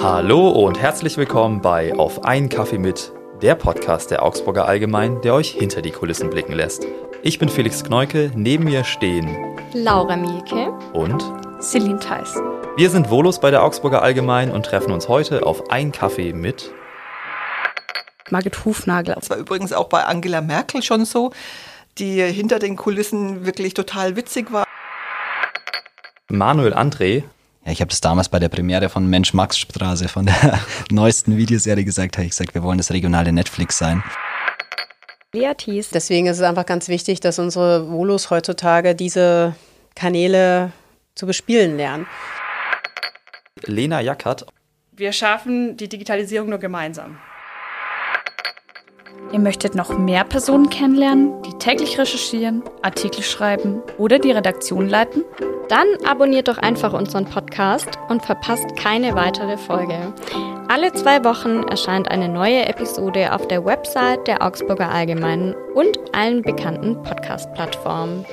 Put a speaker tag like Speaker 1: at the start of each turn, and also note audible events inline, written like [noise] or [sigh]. Speaker 1: Hallo und herzlich willkommen bei Auf einen Kaffee mit, der Podcast der Augsburger Allgemein, der euch hinter die Kulissen blicken lässt. Ich bin Felix Kneuke, neben mir stehen
Speaker 2: Laura Mielke
Speaker 1: und
Speaker 2: Celine Theis.
Speaker 1: wir sind Volus bei der Augsburger Allgemein und treffen uns heute auf einen Kaffee mit.
Speaker 2: Margit Hufnagel.
Speaker 3: Das war übrigens auch bei Angela Merkel schon so, die hinter den Kulissen wirklich total witzig war.
Speaker 1: Manuel André
Speaker 4: Ja, ich habe das damals bei der Premiere von Mensch-Max-Straße von der [laughs] neuesten Videoserie gesagt. Habe ich gesagt, wir wollen das regionale Netflix sein.
Speaker 2: Beatis.
Speaker 5: Deswegen ist es einfach ganz wichtig, dass unsere Volos heutzutage diese Kanäle zu bespielen lernen.
Speaker 1: Lena Jackert
Speaker 6: Wir schaffen die Digitalisierung nur gemeinsam.
Speaker 7: Ihr möchtet noch mehr Personen kennenlernen, die täglich recherchieren, Artikel schreiben oder die Redaktion leiten?
Speaker 2: Dann abonniert doch einfach unseren Podcast und verpasst keine weitere Folge. Alle zwei Wochen erscheint eine neue Episode auf der Website der Augsburger Allgemeinen und allen bekannten Podcast-Plattformen.